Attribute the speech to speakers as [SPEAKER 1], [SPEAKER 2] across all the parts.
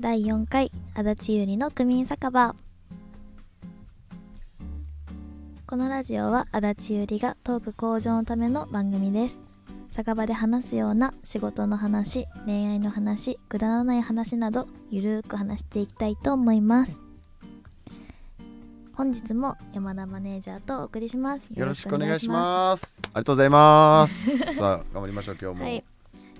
[SPEAKER 1] 第4回足立ゆりの区民酒場このラジオは足立ゆりがトーク向上のための番組です酒場で話すような仕事の話恋愛の話くだらない話などゆるーく話していきたいと思います本日も山田マネージャーとお送りします
[SPEAKER 2] よろしくお願いします。ありがとうございます。 さあ頑張りましょう今日も。
[SPEAKER 1] はい。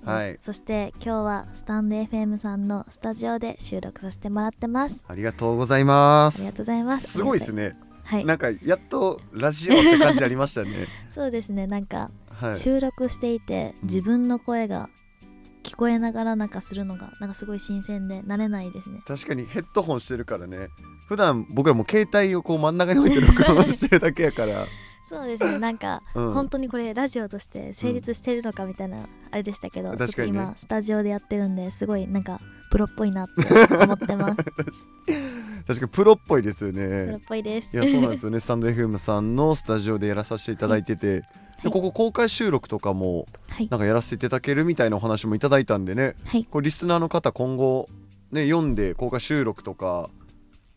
[SPEAKER 2] はい
[SPEAKER 1] そして今日はスタンド FM さんのスタジオで収録させてもらってます。
[SPEAKER 2] ありがとうござい
[SPEAKER 1] あり
[SPEAKER 2] ま
[SPEAKER 1] が
[SPEAKER 2] す
[SPEAKER 1] とう。ございます。
[SPEAKER 2] すごいですね。
[SPEAKER 1] はい
[SPEAKER 2] な。んかやっとラジオって感じありまし たね。
[SPEAKER 1] そうですね。なんか
[SPEAKER 2] はい。
[SPEAKER 1] 収録していて自分の声が聞こえながらなんかするのがなんかすごい新鮮で慣れないですね。
[SPEAKER 2] 確かにヘッドホンしてるからね。普段僕らもう携帯をこう真ん中に置いて録音してるだけ やから。
[SPEAKER 1] そうです ね。なんか
[SPEAKER 2] うん
[SPEAKER 1] 本当にこれラジオとして成立してるのかみたいなあれでしたけど、
[SPEAKER 2] 確
[SPEAKER 1] ちょっと
[SPEAKER 2] かにね
[SPEAKER 1] 今スタジオでやってるんですごいなんかプロっぽいな って思ってます。
[SPEAKER 2] 確かにプロっぽいですよ
[SPEAKER 1] プロっ
[SPEAKER 2] ね。
[SPEAKER 1] ぽいです。
[SPEAKER 2] いやそうなんですよね。スタンド FM さんのスタジオでやらさせていただいてて、でここ公開収録とかも
[SPEAKER 1] はい。
[SPEAKER 2] なんかやらせていただけるみたいなお話もいただいたんでね。
[SPEAKER 1] はい。
[SPEAKER 2] これリスナーの方今後ね読んで公開収録とか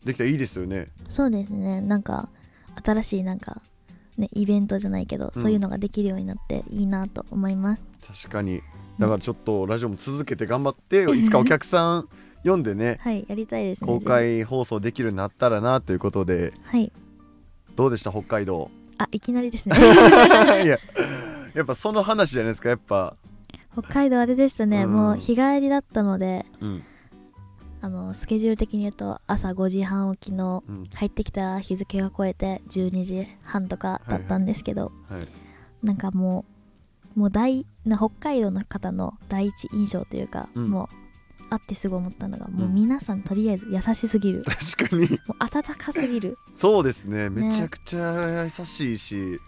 [SPEAKER 2] できたらいいですよね
[SPEAKER 1] そうですねなんか新しいなんかねイベントじゃないけど、
[SPEAKER 2] うん
[SPEAKER 1] そういうのができるようになっていいなと思います
[SPEAKER 2] 確かにだからちょっとラジオも続けて頑張っていつかお客さん読んで ね
[SPEAKER 1] はいやりたいですね
[SPEAKER 2] 公開放送できるようになったらなということ
[SPEAKER 1] 全
[SPEAKER 2] で
[SPEAKER 1] 然はい
[SPEAKER 2] どうでした北海 道
[SPEAKER 1] あいきなりです ね
[SPEAKER 2] いややっぱその話じゃないですかやっぱ、
[SPEAKER 1] 北海道あれでしたね、
[SPEAKER 2] うん
[SPEAKER 1] もう日帰りだったので
[SPEAKER 2] うん
[SPEAKER 1] あのスケジュール的に言うと朝5時半起きの
[SPEAKER 2] うん
[SPEAKER 1] 帰ってきたら日付が超えて12時半とかだったんですけど、
[SPEAKER 2] はい、
[SPEAKER 1] なんかもうもう大な北海道の方の第一印象というか、
[SPEAKER 2] うん
[SPEAKER 1] もう会ってすぐ思ったのがもううん皆さんとりあえず優しすぎる
[SPEAKER 2] 確かに
[SPEAKER 1] もう温かすぎる
[SPEAKER 2] そうです
[SPEAKER 1] ね
[SPEAKER 2] ねめちゃくちゃ優しいし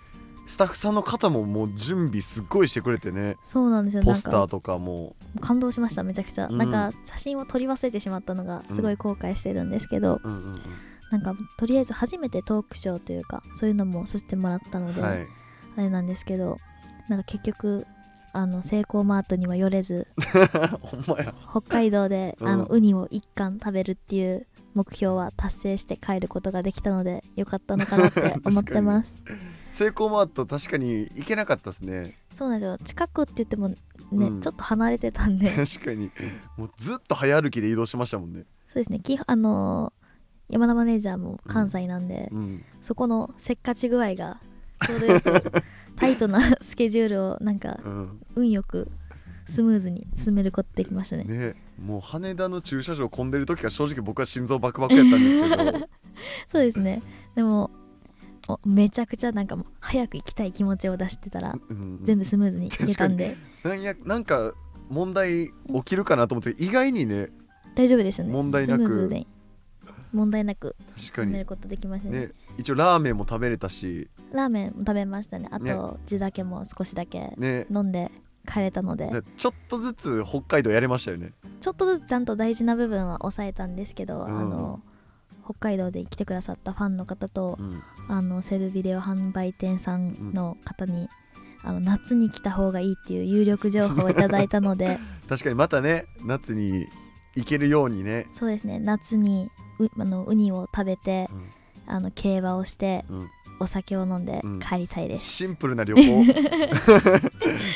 [SPEAKER 2] スタッフさんの方ももう準備すっごいしてくれてね
[SPEAKER 1] そうなんですよ
[SPEAKER 2] ポ
[SPEAKER 1] なん
[SPEAKER 2] スター
[SPEAKER 1] か
[SPEAKER 2] とかも
[SPEAKER 1] 感動しましためちゃくちゃ、
[SPEAKER 2] うん
[SPEAKER 1] なんか写真を撮り忘れてしまったのがすごい後悔してるんですけど、
[SPEAKER 2] うんうん
[SPEAKER 1] なんかとりあえず初めてトークショーというかそういうのもさせてもらったの
[SPEAKER 2] うん
[SPEAKER 1] で、
[SPEAKER 2] はい
[SPEAKER 1] あれなんですけどなんか結局あのセイコーマートには寄れず
[SPEAKER 2] ほんまや
[SPEAKER 1] 北海道で、
[SPEAKER 2] うん
[SPEAKER 1] あのウニを1貫食べるっていう目標は達成して帰ることができたのでよかったのかなって 思ってます
[SPEAKER 2] セイコーマート確かに行けなかったですね
[SPEAKER 1] そうなんですよ近くって言ってもね、
[SPEAKER 2] うん
[SPEAKER 1] ちょっと離れてたん で
[SPEAKER 2] 確かにもうずっと早歩きで移動しましたもんね、
[SPEAKER 1] そうですね、きあのー山田マネージャーも関西なんで、
[SPEAKER 2] うん、
[SPEAKER 1] そこのせっかち具合がちょうどよ くタイトなスケジュールをなんか
[SPEAKER 2] うん
[SPEAKER 1] 運よくスムーズに進めることできましたね。
[SPEAKER 2] ねもう羽田の駐車場混んでる時が正直僕は心臓バクバクやったんですけど
[SPEAKER 1] そうですね。でもおめちゃくちゃなんかもう早く行きたい気持ちを出してたら
[SPEAKER 2] うんうん
[SPEAKER 1] 全部スムーズに行けたんで
[SPEAKER 2] なんやなんか問題起きるかなと思って意外にね
[SPEAKER 1] 大丈夫でしたね。
[SPEAKER 2] 問題なく
[SPEAKER 1] スムーズで問題なく
[SPEAKER 2] 確か
[SPEAKER 1] 進め
[SPEAKER 2] に
[SPEAKER 1] ることできましたね
[SPEAKER 2] ね一応ラーメンも食べれたし
[SPEAKER 1] ラーメンも食べましたね。あ
[SPEAKER 2] ね
[SPEAKER 1] と地酒も少しだけ
[SPEAKER 2] ね
[SPEAKER 1] 飲んで帰れたので。
[SPEAKER 2] だからちょっとずつ北海道やれましたよね
[SPEAKER 1] ちょっとずつちゃんと大事な部分は抑えたんですけど、
[SPEAKER 2] うん
[SPEAKER 1] あの北海道で来てくださったファンの方と、
[SPEAKER 2] うん
[SPEAKER 1] あのセルビデオ販売店さんの方に、あの夏に来た方がいいっていう有力情報をいただいたので
[SPEAKER 2] 確かにまたね夏に行けるようにね
[SPEAKER 1] そうですね夏にうあのウニを食べて、
[SPEAKER 2] うん
[SPEAKER 1] あの競馬をして、
[SPEAKER 2] うん
[SPEAKER 1] お酒を飲んで
[SPEAKER 2] うん
[SPEAKER 1] 帰りたいです、
[SPEAKER 2] シンプルな旅 行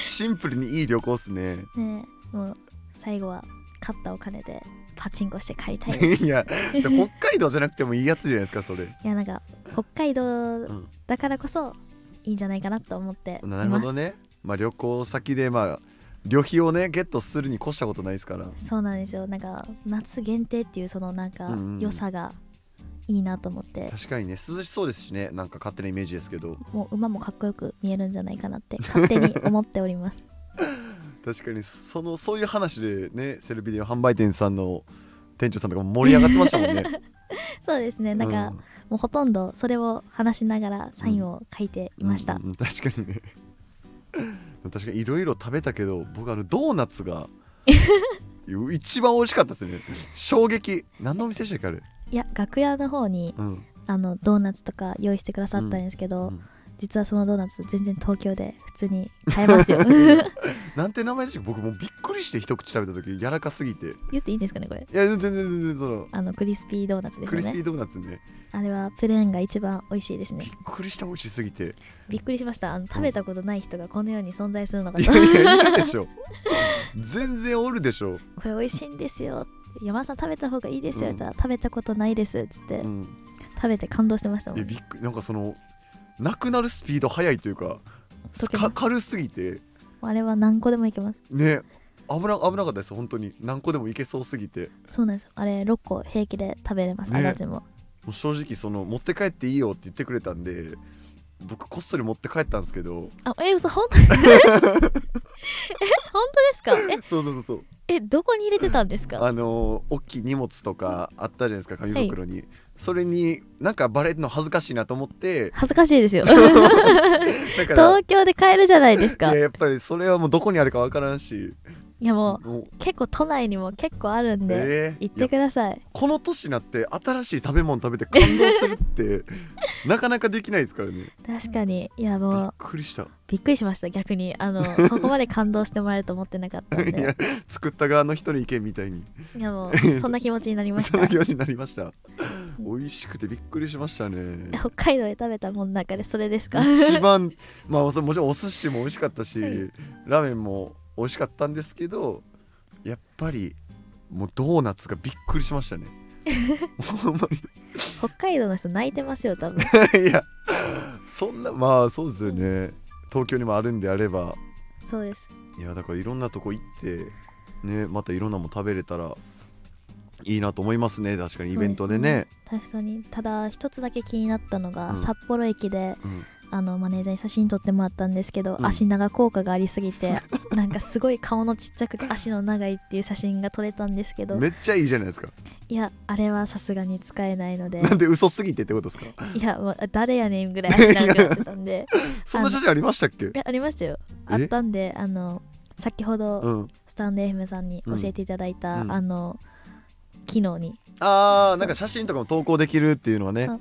[SPEAKER 2] シンプルにいい旅行っすね
[SPEAKER 1] ねもう最後は勝ったお金でパチンコして帰りた いです
[SPEAKER 2] いやそれ北海道じゃなくてもいいやつじゃないですかそれ、
[SPEAKER 1] いやなんか北海道
[SPEAKER 2] うん
[SPEAKER 1] だからこそいいんじゃないかなと思っています
[SPEAKER 2] なるほどね、まあ、旅行先でまあ旅費をねゲットするに越したことないですから
[SPEAKER 1] そうなんですよなんか夏限定っていうそのなんか
[SPEAKER 2] うんうんうん
[SPEAKER 1] 良さがいいなと思って、
[SPEAKER 2] 確かにね涼しそうですしねなんか勝手なイメージですけど
[SPEAKER 1] もう馬もかっこよく見えるんじゃないかなって勝手に思っており ます
[SPEAKER 2] 確かにそのそういう話でねセルビデオ販売店さんの店長さんとかも盛り上がってましたもんね
[SPEAKER 1] そうです ねなんか、
[SPEAKER 2] う
[SPEAKER 1] もうほとんどそれを話しながらサインを書いていました、
[SPEAKER 2] うんうん確かにね 確かにいろいろ食べたけど僕あのドーナ ツが一番美味しかったですね衝撃何のお店でしたっけあれ、
[SPEAKER 1] いや楽屋の方に
[SPEAKER 2] うん
[SPEAKER 1] あのドーナツとか用意してくださったんですけど、
[SPEAKER 2] うん
[SPEAKER 1] 実はそのドーナツ全然東京で普通に買えます よ
[SPEAKER 2] なんて名前でしたっけ僕もうびっくりして一口食べた時柔らかすぎてい
[SPEAKER 1] 言っていいんですかねこれ
[SPEAKER 2] や全然全然その
[SPEAKER 1] あのクリスピードーナツです
[SPEAKER 2] ク
[SPEAKER 1] よ
[SPEAKER 2] リスピ
[SPEAKER 1] ね
[SPEAKER 2] ードーナツね
[SPEAKER 1] あれはプレーンが一番美味しいですね
[SPEAKER 2] びっくりした美味しす ぎて
[SPEAKER 1] びっくりしましたあの食べたことない人がこの世に存在するのか
[SPEAKER 2] い
[SPEAKER 1] と
[SPEAKER 2] やいやいるでしょ全然おるでしょ、
[SPEAKER 1] これ美味しいんですよ山田さん食べた方がいいですよって言ったら食べたことないですっつって
[SPEAKER 2] うん、
[SPEAKER 1] 食べて感動してましたも
[SPEAKER 2] え
[SPEAKER 1] ん
[SPEAKER 2] びっくなんかそのなくなるスピード速いというか
[SPEAKER 1] 溶けます
[SPEAKER 2] か軽すぎて
[SPEAKER 1] あれは何個でもいけます
[SPEAKER 2] ね危な危なかったです本当に何個でもいけそうすぎて
[SPEAKER 1] そうなんですあれ6個平気で食べれます
[SPEAKER 2] ね
[SPEAKER 1] あだちも
[SPEAKER 2] もう正直その持って帰っていいよって言ってくれたんで僕こっそり持って帰ったんですけど
[SPEAKER 1] あえ嘘本当に え本当ですか
[SPEAKER 2] そうそうそうそう
[SPEAKER 1] ええどこに入れてたんですか
[SPEAKER 2] あのー大きい荷物とかあったじゃないですか紙袋に、それになんかバレるの恥ずかしいなと思 って
[SPEAKER 1] 恥ずかしいですよ
[SPEAKER 2] だから
[SPEAKER 1] 東京で買えるじゃないです
[SPEAKER 2] い
[SPEAKER 1] か
[SPEAKER 2] や
[SPEAKER 1] い
[SPEAKER 2] やっぱりそれはもうどこにあるかわからんし
[SPEAKER 1] やも
[SPEAKER 2] もう
[SPEAKER 1] う結構都内にも結構あるんで
[SPEAKER 2] えー
[SPEAKER 1] 行って
[SPEAKER 2] いや
[SPEAKER 1] ください
[SPEAKER 2] この年になって新しい食べ物食べて感動する ってなかなかできないですからね
[SPEAKER 1] 確かにいや
[SPEAKER 2] び
[SPEAKER 1] もう
[SPEAKER 2] っくりした
[SPEAKER 1] びっくりしました逆にあ のそこまで感動してもらえると思ってなかったん
[SPEAKER 2] いや
[SPEAKER 1] で
[SPEAKER 2] 作った側の人に意見みたいに
[SPEAKER 1] いやもうそんな気持ちになりまし
[SPEAKER 2] そ
[SPEAKER 1] た
[SPEAKER 2] んな気持ちになりました美味しくてびっくりしましたね
[SPEAKER 1] 北海道で食べたものの中でそれですか
[SPEAKER 2] 一番まあもちろんお寿司も美味しかったし、
[SPEAKER 1] はい
[SPEAKER 2] ラーメンも美味しかったんですけどやっぱりもうドーナツがびっくりしましたねほんま
[SPEAKER 1] 北海道の人泣いてますよ多 分
[SPEAKER 2] にいやそんなまあそうですよね東京にもあるんであれば
[SPEAKER 1] そうです
[SPEAKER 2] いやだからいろんなとこ行ってねまたいろんなもん食べれたらいいなと思いますね確かにイベントでね
[SPEAKER 1] 確かにただ一つだけ気になったのが、
[SPEAKER 2] うん
[SPEAKER 1] 札幌駅で
[SPEAKER 2] うん
[SPEAKER 1] あのマネージャーに写真撮ってもらったんですけど、
[SPEAKER 2] うん
[SPEAKER 1] 足長効果がありすぎ てなんかすごい顔のちっちゃくて足の長いっていう写真が撮れたんですけど
[SPEAKER 2] めっちゃいいじゃないですか
[SPEAKER 1] いやあれはさすがに使えないので
[SPEAKER 2] なんで嘘すぎてってことですか
[SPEAKER 1] いやもう誰やねんぐらい 足長くなってたんで
[SPEAKER 2] そんな写真ありましたっけ
[SPEAKER 1] いやありましたよ
[SPEAKER 2] え
[SPEAKER 1] あったんであの先ほど、
[SPEAKER 2] うん
[SPEAKER 1] スタンド FM さんに教えていただいた、
[SPEAKER 2] うん
[SPEAKER 1] あの機能に
[SPEAKER 2] あーなんか写真とかも投稿できるっていうのはね
[SPEAKER 1] そう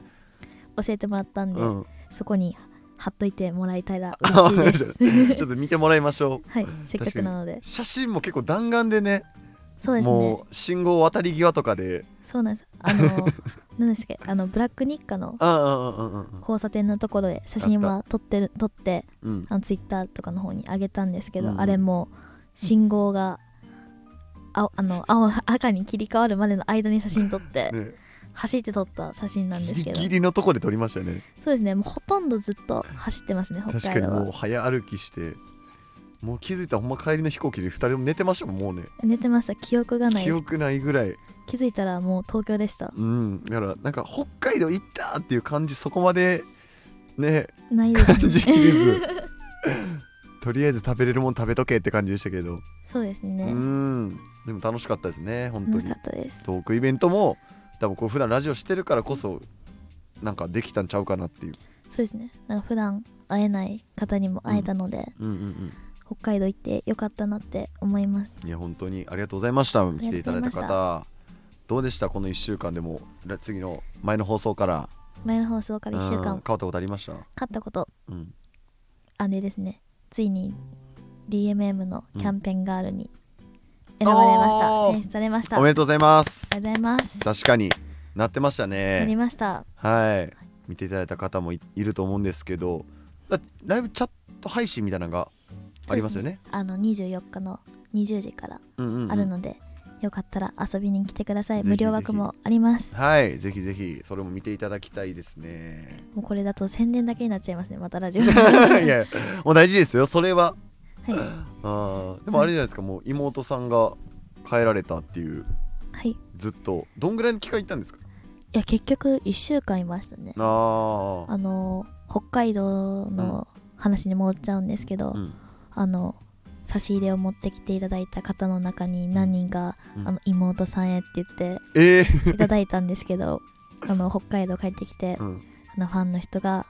[SPEAKER 1] 教えてもらったんで、
[SPEAKER 2] うん、
[SPEAKER 1] そこに貼っといてもらえた ら嬉しいで
[SPEAKER 2] わ
[SPEAKER 1] す。
[SPEAKER 2] ちょっと見てもらいましょ う
[SPEAKER 1] はい、せっかくなので。
[SPEAKER 2] 写真も結構弾丸でね
[SPEAKER 1] そうですね。
[SPEAKER 2] もう信号渡り際とかで
[SPEAKER 1] そうなんです。あの、 何ですか、あのブラック日課の
[SPEAKER 2] あああああ
[SPEAKER 1] 交差点のところで写真は撮ってる、撮って、
[SPEAKER 2] うん
[SPEAKER 1] あのツイッターとかの方に上げたんですけど、
[SPEAKER 2] うん
[SPEAKER 1] あれも信号が。青あの青赤に切り替わるまでの間に写真撮って、
[SPEAKER 2] ね
[SPEAKER 1] 走って撮った写真なんで
[SPEAKER 2] ギ
[SPEAKER 1] す
[SPEAKER 2] リ
[SPEAKER 1] けど
[SPEAKER 2] ギリのとこで撮りましたね
[SPEAKER 1] そうですねもうほとんどずっと走ってますね北
[SPEAKER 2] 確か
[SPEAKER 1] 海
[SPEAKER 2] に
[SPEAKER 1] 道
[SPEAKER 2] もう
[SPEAKER 1] は
[SPEAKER 2] 早歩きしてもう気づいたらほんま帰りの飛行機で2人とも寝てましたもんもうね
[SPEAKER 1] 寝てました記憶がない
[SPEAKER 2] 記
[SPEAKER 1] です
[SPEAKER 2] 憶ないぐらい
[SPEAKER 1] 気づいたらもう東京でした
[SPEAKER 2] うんだからなんか北海道行ったっていう感じそこまでね
[SPEAKER 1] ないですね
[SPEAKER 2] 感じき れず とりあえず食べれるもん食べとけって感じでしたけど
[SPEAKER 1] そうです
[SPEAKER 2] う
[SPEAKER 1] ね。
[SPEAKER 2] んでも楽しかったですね本当
[SPEAKER 1] 楽し
[SPEAKER 2] に
[SPEAKER 1] かったです。
[SPEAKER 2] トークイベントも多分こう普段ラジオしてるからこそなんかできたんちゃうかなっていう、
[SPEAKER 1] そうですね。なんか普段会えない方にも会えたので、
[SPEAKER 2] うんうん
[SPEAKER 1] 北海道行ってよかったなって思います。
[SPEAKER 2] うん、いや本当にありがとうございました
[SPEAKER 1] ざいました
[SPEAKER 2] 来ていただいた方どうでしたこの1週間でもら次の前の放送から
[SPEAKER 1] 前の放送から1週
[SPEAKER 2] うん変わ
[SPEAKER 1] 間
[SPEAKER 2] ったことありました、
[SPEAKER 1] 勝ったこと、
[SPEAKER 2] うん、
[SPEAKER 1] あれですね。ついに DMM のキャンペーンガールに選ばれました。
[SPEAKER 2] おー
[SPEAKER 1] 選出されました。
[SPEAKER 2] おめでとうございます
[SPEAKER 1] ありがとうございます。
[SPEAKER 2] 確かになってました
[SPEAKER 1] やり
[SPEAKER 2] ね
[SPEAKER 1] ました。
[SPEAKER 2] はい見ていただいた方もいいると思うんですけどだライブチャット配信みたいなのがありますよね
[SPEAKER 1] そうです。あの24日の20時から
[SPEAKER 2] うんうんうん
[SPEAKER 1] あるので、よかったら遊びに来てください。
[SPEAKER 2] ぜひぜひ
[SPEAKER 1] 無料枠もあります。
[SPEAKER 2] はいぜひぜひそれも見ていただきたいですね
[SPEAKER 1] もうこれだと宣伝だけになっちゃいますね。またラジオ。
[SPEAKER 2] い
[SPEAKER 1] は。
[SPEAKER 2] やもう大事ですよそれはいあーでもあれじゃないですかもう妹さんが帰られたっていう
[SPEAKER 1] はい。
[SPEAKER 2] ずっとどんぐらいの期間いたんですか
[SPEAKER 1] いや結局1週間いましたね
[SPEAKER 2] ああ
[SPEAKER 1] あの北海道の話に戻っちゃうんですけど、
[SPEAKER 2] うん
[SPEAKER 1] あの差し入れを持ってきていただいた方の中に何人か、
[SPEAKER 2] うん
[SPEAKER 1] あの妹さんへって言っ
[SPEAKER 2] え
[SPEAKER 1] ていただいたんですけどあの北海道帰ってきて、
[SPEAKER 2] ーうん
[SPEAKER 1] あのファンの人が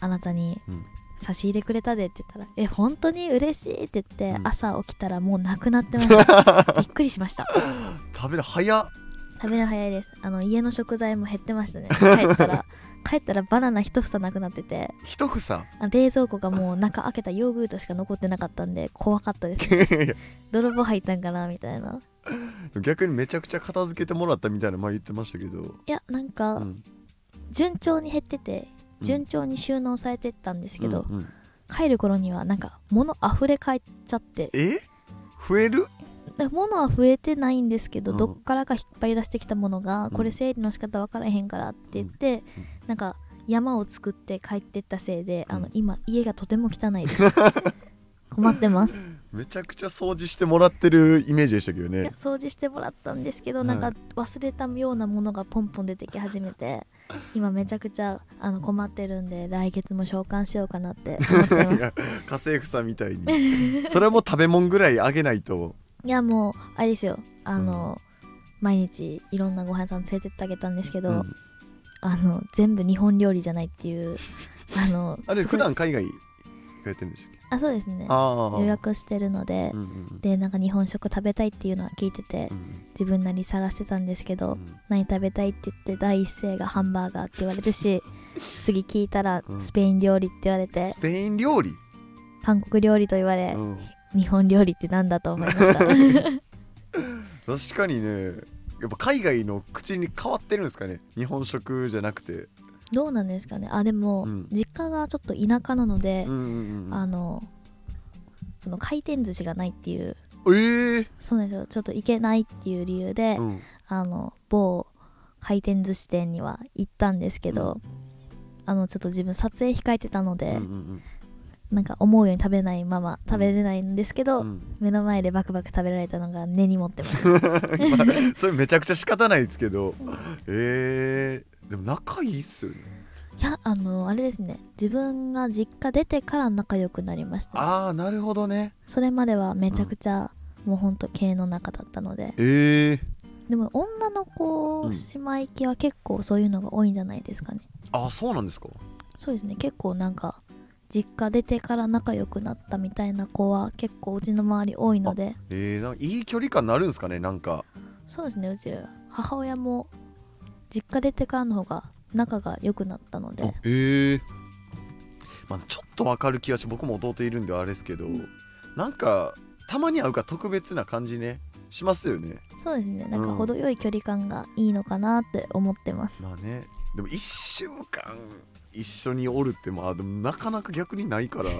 [SPEAKER 1] あなたに
[SPEAKER 2] うん
[SPEAKER 1] 差し入れくれたでって言ったら「え本当に嬉しい」って言って、
[SPEAKER 2] うん
[SPEAKER 1] 朝起きたらもうなくなってましたびっくりしました
[SPEAKER 2] 食べた早っ
[SPEAKER 1] 食べるの早いですあの家の食材も減ってました ね帰ったら帰ったらバナナ一房なくなってて
[SPEAKER 2] 一房
[SPEAKER 1] あの冷蔵庫がもう中開けたヨーグルトしか残ってなかったんで怖かったです
[SPEAKER 2] いやいや
[SPEAKER 1] 泥棒入ったんかなみたいな
[SPEAKER 2] 逆にめちゃくちゃ片付けてもらったみたいな前言ってましたけど、
[SPEAKER 1] いやなん
[SPEAKER 2] う
[SPEAKER 1] か
[SPEAKER 2] ん
[SPEAKER 1] 順調に減ってて
[SPEAKER 2] うん
[SPEAKER 1] 順調に収納されてったんですけど、
[SPEAKER 2] うんうん
[SPEAKER 1] 帰る頃にはなんか物溢れ返っちゃって
[SPEAKER 2] え増える
[SPEAKER 1] だから物は増えてないんですけど、
[SPEAKER 2] うん
[SPEAKER 1] どっからか引っ張り出してきたものが、
[SPEAKER 2] ん
[SPEAKER 1] これ整理の仕方分からへんからって言って、
[SPEAKER 2] うんうん
[SPEAKER 1] なんか山を作って帰ってったせいで、あ
[SPEAKER 2] う
[SPEAKER 1] の
[SPEAKER 2] ん
[SPEAKER 1] 今家がとても汚い です困ってます
[SPEAKER 2] めちゃくちゃ掃除してもらってるイメージでしたけど
[SPEAKER 1] いや
[SPEAKER 2] ね
[SPEAKER 1] 掃除してもらったんですけど、
[SPEAKER 2] はい
[SPEAKER 1] なんか忘れたようなものがポンポン出てき始め て今めちゃくちゃあの困ってるんで来月も召喚しようかなって思ってます
[SPEAKER 2] いや家政婦さんみたいにそれはもう食べ物ぐらいあげな いと
[SPEAKER 1] いやもうあれですよあの、毎日いろんなご飯屋さん連れてってあげたんですけど、
[SPEAKER 2] うん
[SPEAKER 1] あの全部日本料理じゃないっていう あの
[SPEAKER 2] あれ
[SPEAKER 1] すごい
[SPEAKER 2] 普段海外行かれてるんでしたっけ
[SPEAKER 1] あそうですね
[SPEAKER 2] ああ
[SPEAKER 1] 予約してるので、
[SPEAKER 2] うんうん
[SPEAKER 1] でなんか日本食食べたいっていうのは聞いてて、
[SPEAKER 2] うん
[SPEAKER 1] 自分なり探してたんですけ
[SPEAKER 2] う
[SPEAKER 1] ど、
[SPEAKER 2] ん
[SPEAKER 1] 何食べたいって言って第一声がハンバーガーって言われる し次聞いたら
[SPEAKER 2] うん
[SPEAKER 1] スペイン料理って言われて
[SPEAKER 2] ス、ペイン料理、
[SPEAKER 1] 韓国料理と言われ
[SPEAKER 2] う、ん
[SPEAKER 1] 日本料理ってなんだと思いました
[SPEAKER 2] 確かにねやっぱ海外の口に変わってるんですかね日本食じゃなくて
[SPEAKER 1] どうなんですかねあでも、
[SPEAKER 2] うん
[SPEAKER 1] 実家がちょっと田舎なので、
[SPEAKER 2] うんうん
[SPEAKER 1] あのその回転寿司がないっていう
[SPEAKER 2] うんええ
[SPEAKER 1] そうなんですよちょっと行けないっていう理由で、
[SPEAKER 2] うん
[SPEAKER 1] あの某回転寿司店には行ったんですけど、あのちょっと自分撮影控えてたの
[SPEAKER 2] うん
[SPEAKER 1] で、
[SPEAKER 2] うん
[SPEAKER 1] なんか思うように食べないまま食べれないんですけ
[SPEAKER 2] う
[SPEAKER 1] ど、
[SPEAKER 2] んうん
[SPEAKER 1] 目の前でバクバク食べられたのが根に持ってます
[SPEAKER 2] まあそれめちゃくちゃ仕方ないですけどええでも仲いいっすよね
[SPEAKER 1] いやあのあれですね自分が実家出てから仲良くなりました
[SPEAKER 2] ああなるほどね
[SPEAKER 1] それまではめちゃくちゃ、もうほんと系の中だったので
[SPEAKER 2] ええ
[SPEAKER 1] でも女の
[SPEAKER 2] う
[SPEAKER 1] 子
[SPEAKER 2] ん
[SPEAKER 1] 姉妹系は結構そういうのが多いんじゃないですかね、
[SPEAKER 2] あそうなんですか
[SPEAKER 1] そうですね結構なんか実家出てから仲良くなったみたいな子は結構うちの周り多いので
[SPEAKER 2] ええなんかいい距離感になるんですかねなんか
[SPEAKER 1] そうですねうち母親も実家出てからの方が仲が良くなったので
[SPEAKER 2] あへえまあ、ちょっとわかる気がして僕も弟いるんであれですけど、なんかたまに会うから特別な感じねしますよね
[SPEAKER 1] そうですねなん
[SPEAKER 2] う
[SPEAKER 1] か
[SPEAKER 2] ん
[SPEAKER 1] 程よい距離感がいいのかなって思ってます
[SPEAKER 2] まあねでも1週間一緒におるってまあでもなかなか逆にない から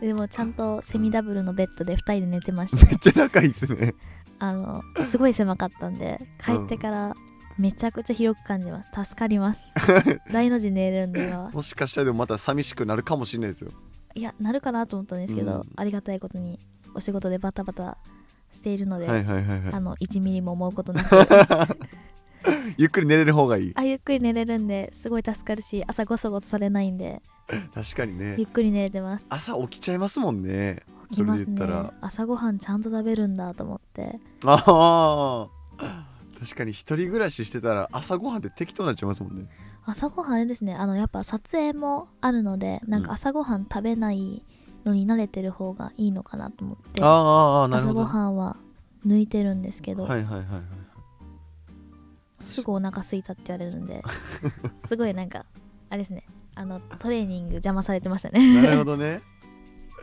[SPEAKER 2] め
[SPEAKER 1] でもちゃんとセミダブルのベッドで2人で寝てました
[SPEAKER 2] っちゃ仲いいっすね
[SPEAKER 1] あのすごい狭かったんで帰ってからめちゃくちゃ広く感じます助かり ます大の字寝れるんで今は
[SPEAKER 2] もしかしたらでもまた寂しくなるかもしれないですよ
[SPEAKER 1] いやなるかなと思ったんですけど、
[SPEAKER 2] うん
[SPEAKER 1] ありがたいことにお仕事でバタバタしているので、
[SPEAKER 2] はいはいはいは
[SPEAKER 1] あ
[SPEAKER 2] い
[SPEAKER 1] の1ミリも思うことなく
[SPEAKER 2] ゆっくり寝れる方がいい
[SPEAKER 1] あゆっくり寝れるんですごい助かるし朝ごそごそされないんで
[SPEAKER 2] 確かに
[SPEAKER 1] ゆ
[SPEAKER 2] ね
[SPEAKER 1] っくり寝れてます
[SPEAKER 2] 朝起きちゃいますもんね
[SPEAKER 1] 起き
[SPEAKER 2] それ
[SPEAKER 1] ま
[SPEAKER 2] です言ったら
[SPEAKER 1] ね朝ごはんちゃんと食べるんだと思って
[SPEAKER 2] ああ確かに一人暮らししてたら朝ごはんって適当になっちゃいますもんね
[SPEAKER 1] 朝ごはんあれですねあのやっぱ撮影もあるのでなんか朝ごはん食べないのに慣れてる方がいいのかなと思って、
[SPEAKER 2] ああああなる
[SPEAKER 1] 朝
[SPEAKER 2] ほど
[SPEAKER 1] ごはんは抜いてるんですけど、
[SPEAKER 2] はいはいはいはい
[SPEAKER 1] すぐお腹空いたって言われるん ですごいなんかあれですねあのトレーニング邪魔されてましたね
[SPEAKER 2] なるほどね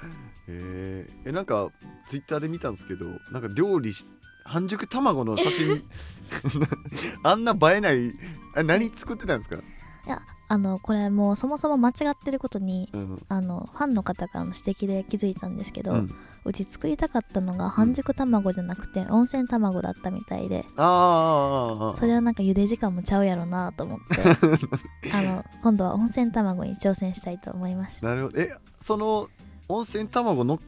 [SPEAKER 2] えー、えなんかツイッターで見たんですけどなんか料理し半熟卵の 写真あんな映えないあ何作ってたんですか、
[SPEAKER 1] いやあのこれもうそもそも間違ってることに
[SPEAKER 2] うん
[SPEAKER 1] あのファンの方からの指摘で気づいたんですけど、
[SPEAKER 2] う、
[SPEAKER 1] うんち作りたかったのが半熟卵じゃなくて温泉卵だったみたいで、
[SPEAKER 2] あーあーあーあー
[SPEAKER 1] それはなんか茹で時間もちゃうやろなと思って あの今度は温泉卵に挑戦したいと思います
[SPEAKER 2] なるほどえその温泉卵乗っ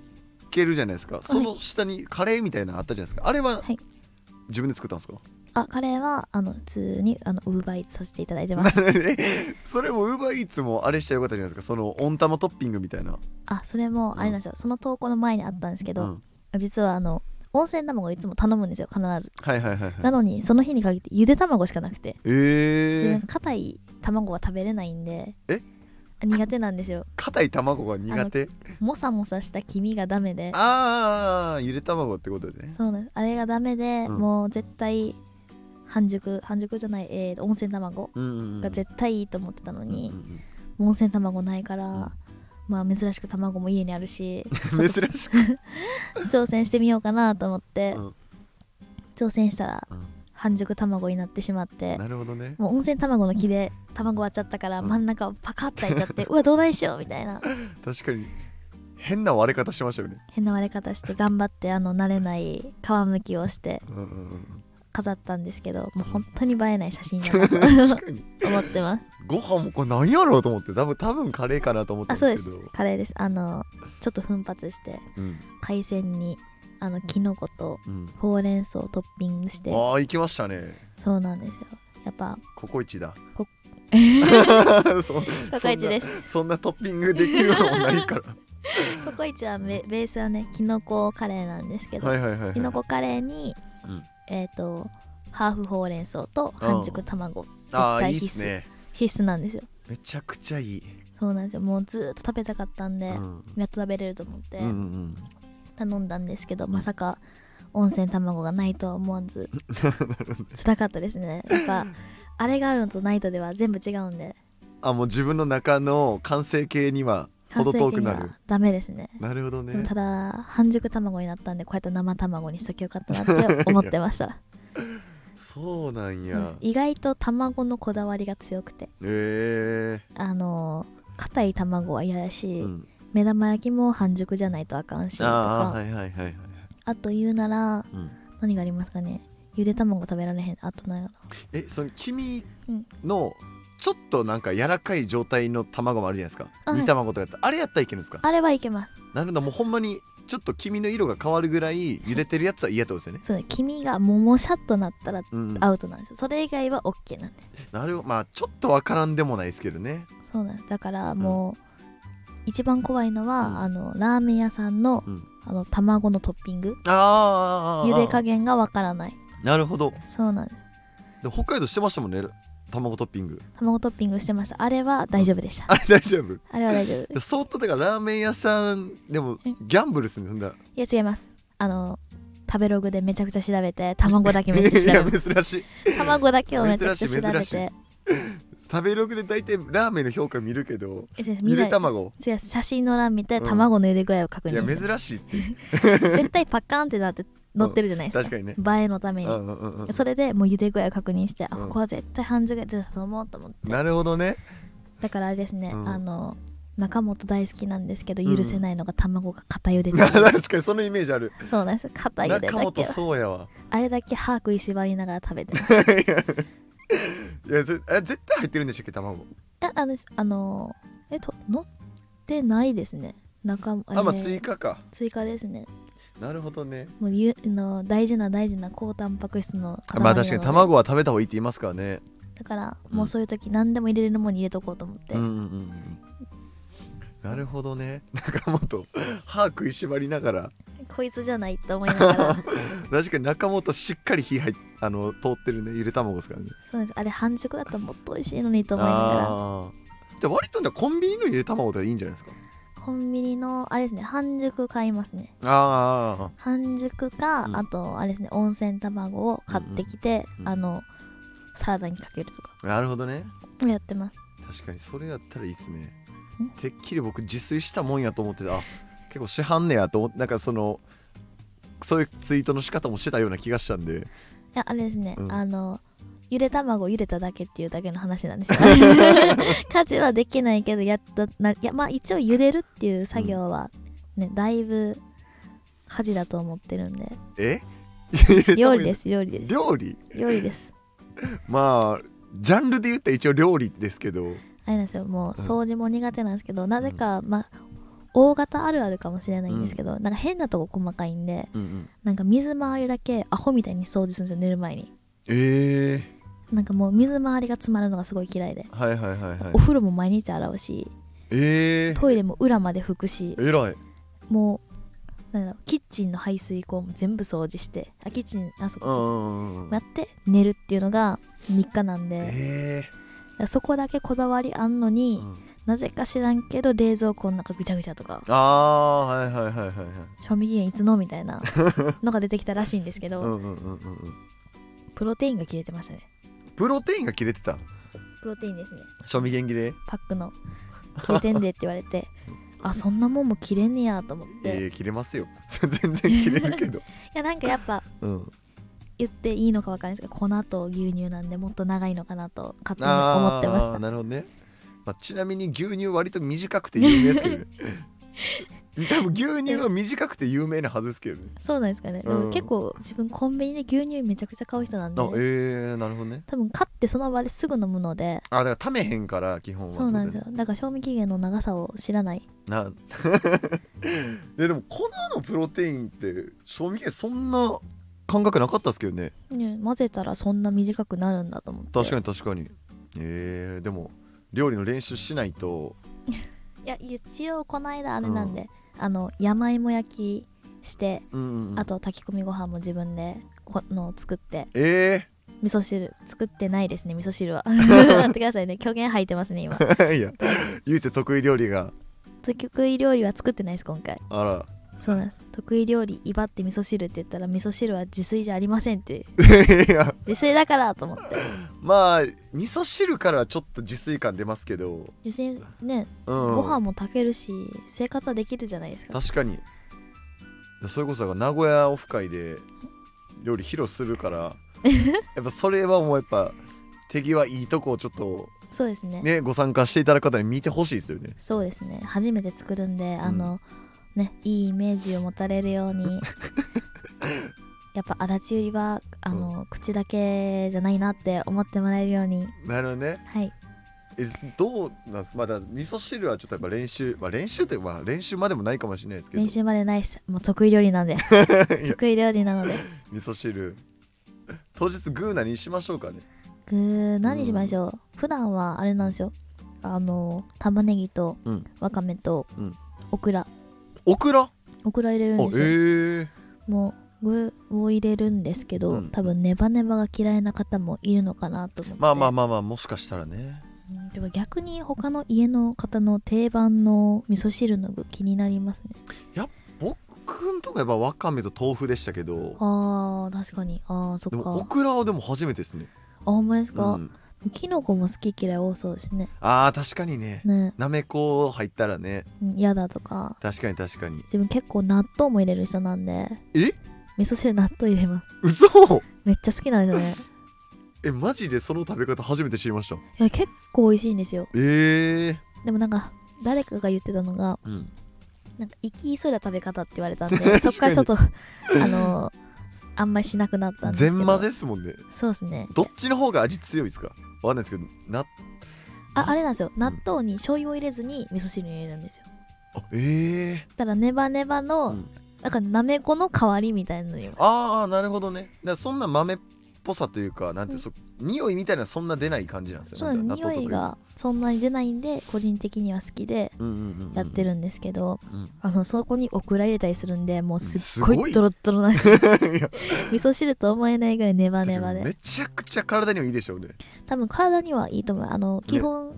[SPEAKER 2] けるじゃないですかその下にカレーみたいなのあったじゃないですかあれは
[SPEAKER 1] はい
[SPEAKER 2] 自分で作ったんですか、
[SPEAKER 1] あカレーはあの普通にあのウーバーイーツさせていただいてます
[SPEAKER 2] えそれもウーバーイーツもあれしたらよかったじゃないですかその温玉トッピングみたいな
[SPEAKER 1] あそれもあれなんですよ、その投稿の前にあったんですけど、
[SPEAKER 2] うん
[SPEAKER 1] 実はあの温泉卵をいつも頼むんですよ必ず
[SPEAKER 2] はいはいはい
[SPEAKER 1] な
[SPEAKER 2] はい
[SPEAKER 1] のにその日に限ってゆで卵しかなくて自
[SPEAKER 2] え
[SPEAKER 1] 分
[SPEAKER 2] ー、
[SPEAKER 1] 硬い卵は食べれないんで
[SPEAKER 2] え
[SPEAKER 1] 苦手なんですよ
[SPEAKER 2] 硬い卵が苦手
[SPEAKER 1] もさもさした黄身がダメで
[SPEAKER 2] ああゆで卵ってことでね
[SPEAKER 1] そうなんですあれがダメで、
[SPEAKER 2] うん
[SPEAKER 1] もう絶対半熟半熟じゃない、えー温泉卵
[SPEAKER 2] うんうんうん
[SPEAKER 1] が絶対いいと思ってたのに
[SPEAKER 2] うん、うん
[SPEAKER 1] 温泉卵ないから、
[SPEAKER 2] うん
[SPEAKER 1] まあ珍しく卵も家にあるし
[SPEAKER 2] うん珍しく
[SPEAKER 1] 挑戦してみようかなと思って、
[SPEAKER 2] うん
[SPEAKER 1] 挑戦したら
[SPEAKER 2] うん
[SPEAKER 1] 半熟卵になってしまって
[SPEAKER 2] なるほどね
[SPEAKER 1] もう温泉卵の木で卵割っちゃったから
[SPEAKER 2] うん
[SPEAKER 1] 真ん中をパカッと開いちゃって、 うわどうないしようみたいな
[SPEAKER 2] 確かに変な割れ方してましたよね
[SPEAKER 1] 変な割れ方して頑張ってあの慣れない皮むきをして
[SPEAKER 2] うんうん
[SPEAKER 1] 飾ったんですけどもう本当に映えない写真だなと
[SPEAKER 2] うん 確かに
[SPEAKER 1] 思ってます
[SPEAKER 2] ご飯もこれ何やろうと思って多分多分カレーかなと思った
[SPEAKER 1] あ
[SPEAKER 2] ん
[SPEAKER 1] そう
[SPEAKER 2] で
[SPEAKER 1] ですす
[SPEAKER 2] けど
[SPEAKER 1] カレーですあのちょっと奮発して
[SPEAKER 2] うん
[SPEAKER 1] 海鮮にあのキノコと
[SPEAKER 2] うん
[SPEAKER 1] ほうれん草をトッピングして
[SPEAKER 2] ああ行きましたね
[SPEAKER 1] そうなんですよやっぱ
[SPEAKER 2] ココイチだ
[SPEAKER 1] こ
[SPEAKER 2] そ
[SPEAKER 1] ココイチです
[SPEAKER 2] すそんなトッピングできるのもないから
[SPEAKER 1] ココイチはめベースはねきのこカレーなんですけど、
[SPEAKER 2] はいはいはいはい
[SPEAKER 1] きのこカレーに、
[SPEAKER 2] うん
[SPEAKER 1] えっ、とハーフほうれん草と半熟卵
[SPEAKER 2] ああ
[SPEAKER 1] 絶対
[SPEAKER 2] いいっ
[SPEAKER 1] 必須
[SPEAKER 2] すね
[SPEAKER 1] 必須なんですよ
[SPEAKER 2] めちゃくちゃいい、
[SPEAKER 1] そうなんですよもうずーっと食べたかったん
[SPEAKER 2] う
[SPEAKER 1] で、
[SPEAKER 2] ん、
[SPEAKER 1] やっと食べれると思って
[SPEAKER 2] うんうん
[SPEAKER 1] 頼んだんですけど、まさか温泉卵がないとは思わず 辛かったですねやっぱあれがあるのとないとでは全部違うんで
[SPEAKER 2] あもう自分の中の完成形には程遠くなる
[SPEAKER 1] ダメですね
[SPEAKER 2] なるほどね
[SPEAKER 1] ただ半熟卵になったんでこうやって生卵にしときゃよかったなって思ってました
[SPEAKER 2] そうな
[SPEAKER 1] そ
[SPEAKER 2] ん
[SPEAKER 1] うです
[SPEAKER 2] や
[SPEAKER 1] 意外と卵のこだわりが強くて
[SPEAKER 2] え
[SPEAKER 1] あの硬い卵は嫌だし、
[SPEAKER 2] えうん
[SPEAKER 1] 目玉焼きも半熟じゃないとあかんしとか
[SPEAKER 2] ああ
[SPEAKER 1] あ,、
[SPEAKER 2] はいはいはいはい
[SPEAKER 1] と言うなら
[SPEAKER 2] うん
[SPEAKER 1] 何がありますかねゆで卵食べられへんあとなんやろ
[SPEAKER 2] えその黄身
[SPEAKER 1] うん
[SPEAKER 2] のちょっとなんか柔らかい状態の卵もあるじゃないです
[SPEAKER 1] あ
[SPEAKER 2] か煮卵とかやったらあれやったらいけるんですか
[SPEAKER 1] あれはいけます
[SPEAKER 2] なるほどもうほんまにちょっと黄身の色が変わるぐらい揺れてるやつは嫌ってことですよね
[SPEAKER 1] そうね黄身がももシャッとなったら
[SPEAKER 2] うん
[SPEAKER 1] アウトなんですよそれ以外は OK なんです
[SPEAKER 2] なるほどまあちょっとわからんでもないですけどね
[SPEAKER 1] そうなんですだからもう、一番怖いのは、
[SPEAKER 2] うん
[SPEAKER 1] あのラーメン屋さんの,、
[SPEAKER 2] うん
[SPEAKER 1] あの卵のトッピング
[SPEAKER 2] あーあーあー
[SPEAKER 1] 茹で加減がわからない
[SPEAKER 2] なるほど
[SPEAKER 1] そうなんです
[SPEAKER 2] でも北海道してましたもんね卵トッピング
[SPEAKER 1] 卵トッピングしてましたあれは大丈夫でした、
[SPEAKER 2] あれ大丈夫
[SPEAKER 1] あれは大丈夫
[SPEAKER 2] で相当だからラーメン屋さんでも
[SPEAKER 1] え
[SPEAKER 2] ギャンブルっすねそんない
[SPEAKER 1] や違いますあの食べログでめちゃくちゃ調べて卵だけめっちゃ
[SPEAKER 2] いや
[SPEAKER 1] 調べて
[SPEAKER 2] 珍しい
[SPEAKER 1] 卵だけをめちゃくちゃ
[SPEAKER 2] 珍しい
[SPEAKER 1] 調べ
[SPEAKER 2] 珍しい
[SPEAKER 1] て
[SPEAKER 2] 食べログで大体ラーメンの評価見るけど
[SPEAKER 1] え先生見
[SPEAKER 2] ゆ
[SPEAKER 1] な
[SPEAKER 2] で
[SPEAKER 1] い
[SPEAKER 2] 卵
[SPEAKER 1] 違う写真の欄見て
[SPEAKER 2] うん
[SPEAKER 1] 卵の茹で具合を確
[SPEAKER 2] い
[SPEAKER 1] 認
[SPEAKER 2] や
[SPEAKER 1] して
[SPEAKER 2] 珍しいって
[SPEAKER 1] 絶対パカーンってなって乗ってるじゃないですか,、
[SPEAKER 2] 確かにね
[SPEAKER 1] 映えのために、
[SPEAKER 2] うんうんうんうん
[SPEAKER 1] それでもう茹で具合を確認して、あ
[SPEAKER 2] うん
[SPEAKER 1] ここは絶対半熟やってたと思うと思って
[SPEAKER 2] なるほ どね
[SPEAKER 1] だからあれですね、
[SPEAKER 2] うん
[SPEAKER 1] あの中本大好きなんですけど
[SPEAKER 2] うん
[SPEAKER 1] 許せないのが卵が片 茹でてる、
[SPEAKER 2] 確かにそのイメージある
[SPEAKER 1] そうなんです片茹でだ
[SPEAKER 2] 中
[SPEAKER 1] けは
[SPEAKER 2] 本そうやわ
[SPEAKER 1] あれだけ歯食いしばりながら食べてますい
[SPEAKER 2] いやいやぜあ絶対入ってるんでしたっけ卵
[SPEAKER 1] やあのあのえっと乗ってないですね中も、え
[SPEAKER 2] あまあ
[SPEAKER 1] ー
[SPEAKER 2] 追加か
[SPEAKER 1] 追加ですね
[SPEAKER 2] なるほどね
[SPEAKER 1] もうゆあの大事な大事な高タンパク質の塊
[SPEAKER 2] まあ確かに
[SPEAKER 1] なので
[SPEAKER 2] 卵は食べた方がいいって言いますからね
[SPEAKER 1] だから
[SPEAKER 2] うん
[SPEAKER 1] もうそういう時何でも入れれるものに入れとこうと思って、
[SPEAKER 2] うんうんうんうんなるほどね 中本歯食いしばりながら
[SPEAKER 1] こいつじゃないと思いな がら
[SPEAKER 2] 確かに中本しっかり火入っあの通ってるねゆで卵ですからね
[SPEAKER 1] そうですあれ半熟だったらもっと美味しいのにと思いなが
[SPEAKER 2] あーじゃあ割とねコンビニのゆで卵でいいんじゃないですから
[SPEAKER 1] コンビニのあれですね半熟買いますね
[SPEAKER 2] ああ
[SPEAKER 1] 半熟か、
[SPEAKER 2] うん
[SPEAKER 1] あとあれですね温泉卵を買ってきて、
[SPEAKER 2] うんうん
[SPEAKER 1] あのサラダにかけるとか
[SPEAKER 2] なるほどね
[SPEAKER 1] やってます
[SPEAKER 2] 確かにそれやったらいいっすね
[SPEAKER 1] ん
[SPEAKER 2] てっきり僕自炊したもんやと思ってたあ結構市販ねやと思ってなんかそのそういうツイートの仕方もしてたような気がしたんで
[SPEAKER 1] いやあれですね、
[SPEAKER 2] うん
[SPEAKER 1] あのゆで卵茹でただけっていうだけの話なん ですよ家事はできないけどやったないやまあ一応茹でるっていう作業はね、だいぶ家事だと思ってるんで
[SPEAKER 2] えゆ で
[SPEAKER 1] 料
[SPEAKER 2] 卵
[SPEAKER 1] 理です料理です
[SPEAKER 2] 料理
[SPEAKER 1] 料理です
[SPEAKER 2] まあジャンルで言ったら一応料理ですけど
[SPEAKER 1] あれなんですよもう
[SPEAKER 2] うん
[SPEAKER 1] 掃除も苦手なんですけど、なぜかまあ大型あるあるかもしれないんですけど、なんか変なとこ細かいんで
[SPEAKER 2] うんうん
[SPEAKER 1] なんか水回りだけアホみたいに掃除するんですよ寝る前に
[SPEAKER 2] ええ
[SPEAKER 1] なんかもう水回りが詰まるのがすごい嫌いで、
[SPEAKER 2] はいはいはいはい
[SPEAKER 1] お風呂も毎日洗うし
[SPEAKER 2] ええ
[SPEAKER 1] トイレも裏まで拭くし
[SPEAKER 2] えらい
[SPEAKER 1] もうなんだろうキッチンの排水口も全部掃除してあキッチンあそ
[SPEAKER 2] うんう
[SPEAKER 1] こ
[SPEAKER 2] んうんうん
[SPEAKER 1] やって寝るっていうのが日課なんで
[SPEAKER 2] え
[SPEAKER 1] そこだけこだわりあんの
[SPEAKER 2] え
[SPEAKER 1] に、なぜか知らんけど冷蔵庫の中ぐちゃぐちゃとか
[SPEAKER 2] ああはいはいはいはいはい
[SPEAKER 1] 賞味期限いつのみたいなのが出てきたらしいんですけ
[SPEAKER 2] う
[SPEAKER 1] ど、
[SPEAKER 2] んうんうんうんうん
[SPEAKER 1] プロテインが切れてましたね
[SPEAKER 2] プロテインが切れてた
[SPEAKER 1] プロテインですね
[SPEAKER 2] 賞味期限切れ
[SPEAKER 1] パックの切れてんでって言われてあそんなもんも切れんねやと思って、
[SPEAKER 2] え
[SPEAKER 1] い
[SPEAKER 2] え切れますよ 全然切れるけ ど
[SPEAKER 1] やなんかやっぱ
[SPEAKER 2] うん
[SPEAKER 1] 言っていいのかわかんないですけど粉と牛乳なんでもっと長いのかなと勝手に思っ
[SPEAKER 2] あー
[SPEAKER 1] てました
[SPEAKER 2] なるほどね、まあ、ちなみに牛乳割と短くて有名ですけ どね多分牛乳は短くて有名なはずですけどね
[SPEAKER 1] そうなんですかね、で
[SPEAKER 2] うん
[SPEAKER 1] も結構自分コンビニで牛乳めちゃくちゃ買う人なんで
[SPEAKER 2] あえー、なるほどね
[SPEAKER 1] 多分買ってその場ですぐ飲むので
[SPEAKER 2] あだからためへんから基本は
[SPEAKER 1] そうなんですよだから賞味期限の長さを知らない
[SPEAKER 2] な ででも粉のプロテインって賞味期限そんな感覚なかったですけどね
[SPEAKER 1] ね、混ぜたらそんな短くなるんだと思って
[SPEAKER 2] 確かに確かにえー、でも料理の練習しないと
[SPEAKER 1] いや一応この間あれなんで、あの山芋焼きして
[SPEAKER 2] うんうんうん
[SPEAKER 1] あと炊き込みご飯も自分でこの作って
[SPEAKER 2] え
[SPEAKER 1] 味噌汁作ってないですね味噌 汁は待ってくださいね狂言吐いてますね今
[SPEAKER 2] ー、 いや唯一得意料理が
[SPEAKER 1] 得意料理は作ってないです今回
[SPEAKER 2] あら
[SPEAKER 1] そうなんです得意料理威張って味噌汁って言ったら味噌汁は自炊じゃありませんって
[SPEAKER 2] いや
[SPEAKER 1] 自炊だからと思って
[SPEAKER 2] まあ味噌汁からはちょっと自炊感出ますけど、
[SPEAKER 1] 自炊ね、
[SPEAKER 2] うん、
[SPEAKER 1] ご飯も炊けるし生活はできるじゃないですか
[SPEAKER 2] 確かにそれこそが名古屋オフ会で料理披露するから やっぱそれはもうやっぱ手際いいとこをちょっと
[SPEAKER 1] そうですね
[SPEAKER 2] ねご参加していただく方に見てほしいですよね
[SPEAKER 1] そうですね初めて作るんであの、ねいいイメージを持たれるよ うにやっぱ足立売りはあの、口だけじゃないなって思ってもらえるように
[SPEAKER 2] なるほどね
[SPEAKER 1] はい
[SPEAKER 2] えどうなんすまあだから味噌汁はちょっとやっぱ練習まあ練習というかまあ練習までもないかもしれないですけど
[SPEAKER 1] 練習までないしもう得意料理なんで
[SPEAKER 2] いや
[SPEAKER 1] 得意料理なので
[SPEAKER 2] 味噌汁当日グー何しましょうかね
[SPEAKER 1] ぐー何しましょう、普段はあれなんですよあの玉ねぎと
[SPEAKER 2] うん
[SPEAKER 1] わかめと
[SPEAKER 2] うん
[SPEAKER 1] オクラ、
[SPEAKER 2] オクラあ
[SPEAKER 1] オクラ入れるん
[SPEAKER 2] ええ
[SPEAKER 1] ですよ、もう具を入れるんですけど、
[SPEAKER 2] うん
[SPEAKER 1] 多分ネバネバが嫌いな方もいるのかなと思って
[SPEAKER 2] まあまあまあまあもしかしたらね
[SPEAKER 1] うんでも逆に他の家の方の定番の味噌汁の具気になりますね
[SPEAKER 2] 僕んとこやっぱわかめと豆腐でしたけど
[SPEAKER 1] あー確かにあーそ
[SPEAKER 2] で
[SPEAKER 1] っ
[SPEAKER 2] もオ
[SPEAKER 1] か
[SPEAKER 2] クラはでも初めてですね、
[SPEAKER 1] あほんまです
[SPEAKER 2] う
[SPEAKER 1] か、
[SPEAKER 2] ん
[SPEAKER 1] キノコも好き嫌い多そうですね
[SPEAKER 2] あー確かにね
[SPEAKER 1] ね
[SPEAKER 2] なめこ入ったらね
[SPEAKER 1] うん嫌だとか
[SPEAKER 2] 確かに確かに
[SPEAKER 1] 自分結構納豆も入れる人なんで
[SPEAKER 2] え
[SPEAKER 1] 味噌汁納豆入れます
[SPEAKER 2] 嘘
[SPEAKER 1] めっちゃ好きなんですよね
[SPEAKER 2] えマジでその食べ方初めて知りました
[SPEAKER 1] いや結構美味しいんですよ
[SPEAKER 2] ええ
[SPEAKER 1] でもなんか誰かが言ってたのが
[SPEAKER 2] うん、
[SPEAKER 1] なんか生き急いだ食べ方って言われたんで
[SPEAKER 2] 確か
[SPEAKER 1] そ
[SPEAKER 2] に
[SPEAKER 1] っからちょっとあのあんまりしなくなったんですけど
[SPEAKER 2] 全混ぜっすもんね
[SPEAKER 1] そうですね
[SPEAKER 2] どっちの方が味強いですかわかんないですけどな
[SPEAKER 1] ああれなんですよ納豆に醤油を入れずに味噌汁に入れるんですよ
[SPEAKER 2] あええ
[SPEAKER 1] だからネバネバの、
[SPEAKER 2] うん
[SPEAKER 1] なんかなめこの代わりみたいなのに
[SPEAKER 2] ああなるほどねだからそんな豆っぽさというかなん
[SPEAKER 1] う
[SPEAKER 2] て、
[SPEAKER 1] ん
[SPEAKER 2] そ匂いみたいなのそんな出ない感じなんですよ
[SPEAKER 1] そうなんです
[SPEAKER 2] 納
[SPEAKER 1] 匂
[SPEAKER 2] 豆と
[SPEAKER 1] い
[SPEAKER 2] かよ
[SPEAKER 1] がそんなに出ないんで個人的には好きで
[SPEAKER 2] りうんうんうんうん
[SPEAKER 1] やってるんですけど、
[SPEAKER 2] うん
[SPEAKER 1] あのそこにオクラ入れたりするんでもうすっ
[SPEAKER 2] す
[SPEAKER 1] ご
[SPEAKER 2] ごい
[SPEAKER 1] いドロッドロな味
[SPEAKER 2] いや
[SPEAKER 1] 噌汁と思えないぐらいネバネバで
[SPEAKER 2] めちゃくちゃ体にはいいでしょうね
[SPEAKER 1] 多分体にはいいと思うあの基
[SPEAKER 2] ね
[SPEAKER 1] 本、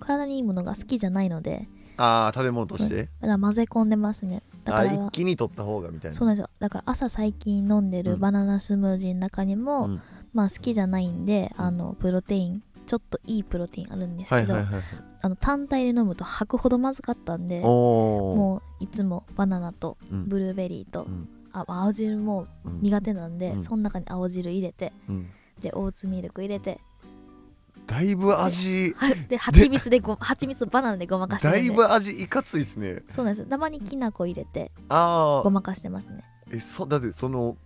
[SPEAKER 1] 体にいいものが好きじゃないので
[SPEAKER 2] ああ食べ物として
[SPEAKER 1] だから混ぜ込んでますねだ
[SPEAKER 2] あ
[SPEAKER 1] か
[SPEAKER 2] ー
[SPEAKER 1] ら
[SPEAKER 2] 一気に取った方がみたいな
[SPEAKER 1] そうなんですよだから朝最近飲んで
[SPEAKER 2] う
[SPEAKER 1] る
[SPEAKER 2] ん
[SPEAKER 1] バナナスムージーの中にも、
[SPEAKER 2] うん
[SPEAKER 1] まあ好きじゃないんで、
[SPEAKER 2] うん
[SPEAKER 1] あのプロテインちょっといいプロテインあるんです
[SPEAKER 2] は
[SPEAKER 1] け
[SPEAKER 2] い
[SPEAKER 1] ど、
[SPEAKER 2] はいはいはい
[SPEAKER 1] あの単体で飲むと吐くほどまずかったんで
[SPEAKER 2] おお
[SPEAKER 1] もういつもバナナと
[SPEAKER 2] うん
[SPEAKER 1] ブルーベリーと、
[SPEAKER 2] うん
[SPEAKER 1] あ青汁も
[SPEAKER 2] うん
[SPEAKER 1] 苦手なんで、
[SPEAKER 2] うん
[SPEAKER 1] その中に青汁入れて
[SPEAKER 2] うん
[SPEAKER 1] でオーツミルク入れて
[SPEAKER 2] だいぶ味
[SPEAKER 1] はで蜂蜜でご蜂蜜とバナナでごまかして
[SPEAKER 2] だ
[SPEAKER 1] るん
[SPEAKER 2] い
[SPEAKER 1] で
[SPEAKER 2] ぶ味いかついですね
[SPEAKER 1] そうなんですよたまにきな粉入れて
[SPEAKER 2] あ
[SPEAKER 1] ご
[SPEAKER 2] あ
[SPEAKER 1] まかしてますね
[SPEAKER 2] えそだってその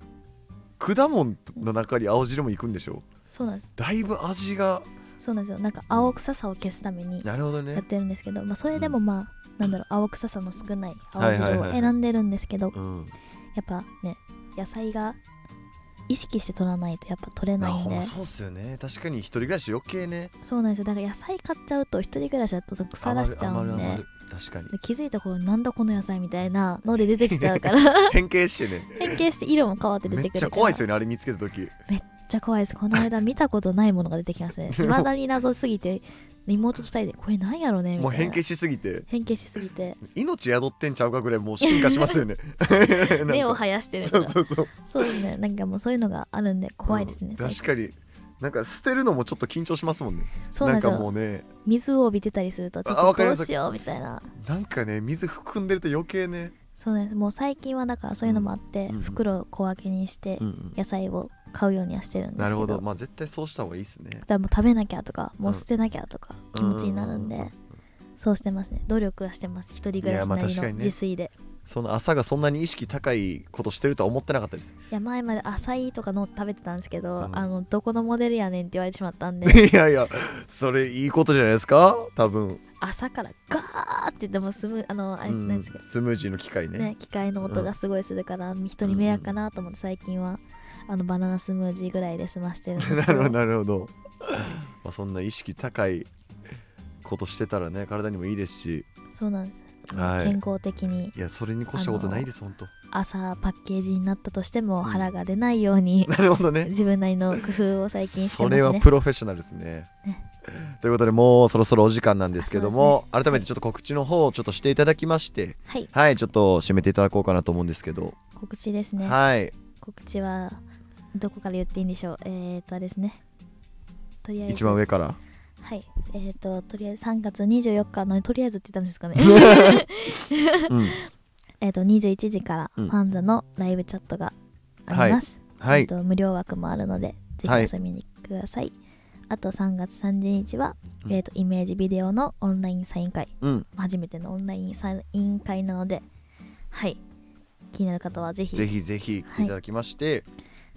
[SPEAKER 2] 果物の中に青汁もいくんでしょ
[SPEAKER 1] そうなんです
[SPEAKER 2] だいぶ味が
[SPEAKER 1] そうなんですよなんか青臭さを消すために
[SPEAKER 2] なるほど
[SPEAKER 1] やっ
[SPEAKER 2] ね
[SPEAKER 1] てるんですけど、まあ、それでもまあ、なんだろう青臭さの少ない青汁を選んでるんですけど、
[SPEAKER 2] うん
[SPEAKER 1] やっぱね野菜が意識して取らないとやっぱ取れ
[SPEAKER 2] ま
[SPEAKER 1] な
[SPEAKER 2] あ
[SPEAKER 1] いん
[SPEAKER 2] ほん
[SPEAKER 1] で
[SPEAKER 2] まそうっすよね確かに一人暮らし余計ね
[SPEAKER 1] そうなんですよだから野菜買っちゃうと一人暮らしだと腐ら
[SPEAKER 2] 余
[SPEAKER 1] し
[SPEAKER 2] る
[SPEAKER 1] ちゃうんで
[SPEAKER 2] 余る余る確かに
[SPEAKER 1] で気づいた頃なんだこの野菜みたいなので出てきちゃうから
[SPEAKER 2] 変形してね
[SPEAKER 1] 変形して色も変わって出
[SPEAKER 2] め
[SPEAKER 1] て
[SPEAKER 2] っ
[SPEAKER 1] くる
[SPEAKER 2] ちゃ怖いです
[SPEAKER 1] よ
[SPEAKER 2] よねあれ見つけた時
[SPEAKER 1] めっちゃ怖いですこの間見たことないものが出てきますね未だに謎すぎて妹と二人でこれなんやろねみたいな
[SPEAKER 2] もう変形しすぎて
[SPEAKER 1] 変形しすぎて
[SPEAKER 2] 命宿ってんちゃうかぐらいもう進化しますよね
[SPEAKER 1] 根を
[SPEAKER 2] は
[SPEAKER 1] 生やしてるみた
[SPEAKER 2] そ
[SPEAKER 1] いうな
[SPEAKER 2] そうそう
[SPEAKER 1] そうですねなんかもうそういうのがあるんで怖いですね、
[SPEAKER 2] うん確かになんか捨てるのもちょっと緊張しますもんね
[SPEAKER 1] そうなんです
[SPEAKER 2] かも
[SPEAKER 1] よ
[SPEAKER 2] うね
[SPEAKER 1] 水を帯びてたりするとちょ
[SPEAKER 2] あ
[SPEAKER 1] っ
[SPEAKER 2] わ
[SPEAKER 1] と
[SPEAKER 2] かり
[SPEAKER 1] どう
[SPEAKER 2] ます
[SPEAKER 1] しようみたいな
[SPEAKER 2] なんかね水含んでると余計ね、
[SPEAKER 1] そうなんですもう最近はだからそういうのもあって、
[SPEAKER 2] うんうん
[SPEAKER 1] 袋を小分けにして
[SPEAKER 2] うん
[SPEAKER 1] 野菜を買うようにはしてるんですけど
[SPEAKER 2] なるほどまあ絶対そうした方がいいですね
[SPEAKER 1] だからもう食べなきゃとかもううん捨てなきゃとか気持ちになるんで、
[SPEAKER 2] うう
[SPEAKER 1] そうしてますね努力はしてます一人暮らしない
[SPEAKER 2] やまあ
[SPEAKER 1] り
[SPEAKER 2] 確
[SPEAKER 1] の
[SPEAKER 2] かにね
[SPEAKER 1] 自炊でいや,、
[SPEAKER 2] その朝がそんなに意識高いことしてるとは思ってなかったです
[SPEAKER 1] 前まで浅いとかの食べてたんですけど、
[SPEAKER 2] うん
[SPEAKER 1] あのどこのモデルやねんって言われてしまったんで
[SPEAKER 2] いやいやそれいいことじゃないですか多分、
[SPEAKER 1] 朝からガーってでも済むあのあれ
[SPEAKER 2] うん
[SPEAKER 1] なんですけど、
[SPEAKER 2] スムージーの機械ね
[SPEAKER 1] ね、機械の音がすごいするから、人に迷惑かなと思って最近はあのバナナスムージーぐらいで済ましてるんですけ
[SPEAKER 2] なるほどなるほど、まあ、そんな意識高いことしてたらね体にもいいですし
[SPEAKER 1] そうなんです、
[SPEAKER 2] はい
[SPEAKER 1] 健康的に
[SPEAKER 2] いやそれに越したことないです本当
[SPEAKER 1] 朝パッケージになったとしても
[SPEAKER 2] ん
[SPEAKER 1] 腹が出ないように、
[SPEAKER 2] なるほどね
[SPEAKER 1] 自分なりの工夫を最近して
[SPEAKER 2] そ
[SPEAKER 1] ますね
[SPEAKER 2] れはプロフェッショナルですね
[SPEAKER 1] ね
[SPEAKER 2] ということでもうそろそろお時間なんですけども、改め
[SPEAKER 1] は
[SPEAKER 2] て
[SPEAKER 1] い
[SPEAKER 2] ちょっと告知の方をちょっとしていただきまして
[SPEAKER 1] はい
[SPEAKER 2] はいちょっと締めていただこうかなと思うんですけど、
[SPEAKER 1] 告知ですね、
[SPEAKER 2] はい
[SPEAKER 1] 告知はどこから言っていいんでしょうえー、っとあれですねとりあえず
[SPEAKER 2] 一番上から
[SPEAKER 1] はいえー、っととりあえず3月24日のとりあえずって言ったん ですかね
[SPEAKER 2] うん
[SPEAKER 1] えっと21時からフ
[SPEAKER 2] うん
[SPEAKER 1] ァンザのライブチャットがあります、
[SPEAKER 2] は
[SPEAKER 1] えっ
[SPEAKER 2] い
[SPEAKER 1] と無料枠もあるのでぜ
[SPEAKER 2] はい
[SPEAKER 1] ひ遊びに来てください、あと3月30日は、
[SPEAKER 2] うん
[SPEAKER 1] えっとイメージビデオのオンラインサイン会
[SPEAKER 2] うん
[SPEAKER 1] 初めてのオンラインサイン会なのではい気になる方はぜひ
[SPEAKER 2] ぜひぜひ来ていただきまして、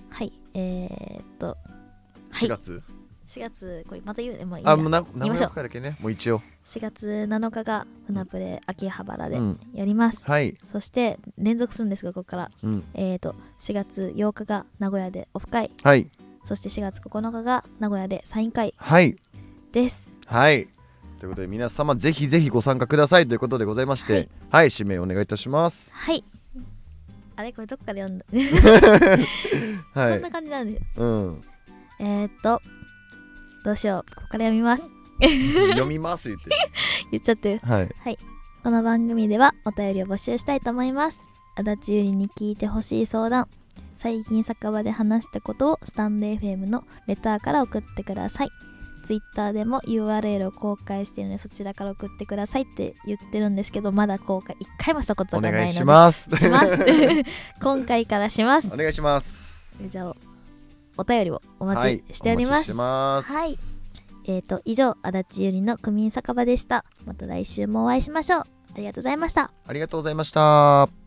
[SPEAKER 1] はいえー、っとはい
[SPEAKER 2] 4月、
[SPEAKER 1] 4月これまた言うねもういい
[SPEAKER 2] あもう
[SPEAKER 1] や
[SPEAKER 2] な
[SPEAKER 1] 言
[SPEAKER 2] 名
[SPEAKER 1] いま
[SPEAKER 2] 古
[SPEAKER 1] しょう
[SPEAKER 2] 屋会だけねもう一応
[SPEAKER 1] 4月7日が船プレ秋葉原で
[SPEAKER 2] うん
[SPEAKER 1] やります、
[SPEAKER 2] はい、
[SPEAKER 1] そして連続するんですがここから
[SPEAKER 2] うん、
[SPEAKER 1] えー、と4月8日が名古屋でオフ会
[SPEAKER 2] はい
[SPEAKER 1] そして4月9日が名古屋でサイン会
[SPEAKER 2] はい
[SPEAKER 1] です
[SPEAKER 2] はいということで皆様ぜひぜひご参加くださいということでございまして
[SPEAKER 1] は
[SPEAKER 2] はいい、指名お願いいたします
[SPEAKER 1] はいあれこれどっから読んだ、
[SPEAKER 2] は
[SPEAKER 1] そん
[SPEAKER 2] い
[SPEAKER 1] な感じなんです
[SPEAKER 2] うん
[SPEAKER 1] えー、とどうしようここから読みます
[SPEAKER 2] 読みます言って
[SPEAKER 1] 言っちゃってる
[SPEAKER 2] はい
[SPEAKER 1] この番組ではお便りを募集したいと思います足立ゆりに聞いてほしい相談最近酒場で話したことをスタンド FM のレターから送ってください Twitter でも URL を公開しているのでそちらから送ってくださいって言ってるんですけどまだ公開一回もしたこと
[SPEAKER 2] お
[SPEAKER 1] がない
[SPEAKER 2] 願
[SPEAKER 1] の
[SPEAKER 2] い
[SPEAKER 1] で
[SPEAKER 2] し ます
[SPEAKER 1] します今回からします
[SPEAKER 2] お願いします
[SPEAKER 1] じゃあお便りをお
[SPEAKER 2] お
[SPEAKER 1] 待ちしております,、
[SPEAKER 2] お待ちして
[SPEAKER 1] はい
[SPEAKER 2] ます
[SPEAKER 1] えっ、と以上足立ゆりの区民酒場でしたまた来週もお会いしましょうありがとうございました
[SPEAKER 2] ありがとうございました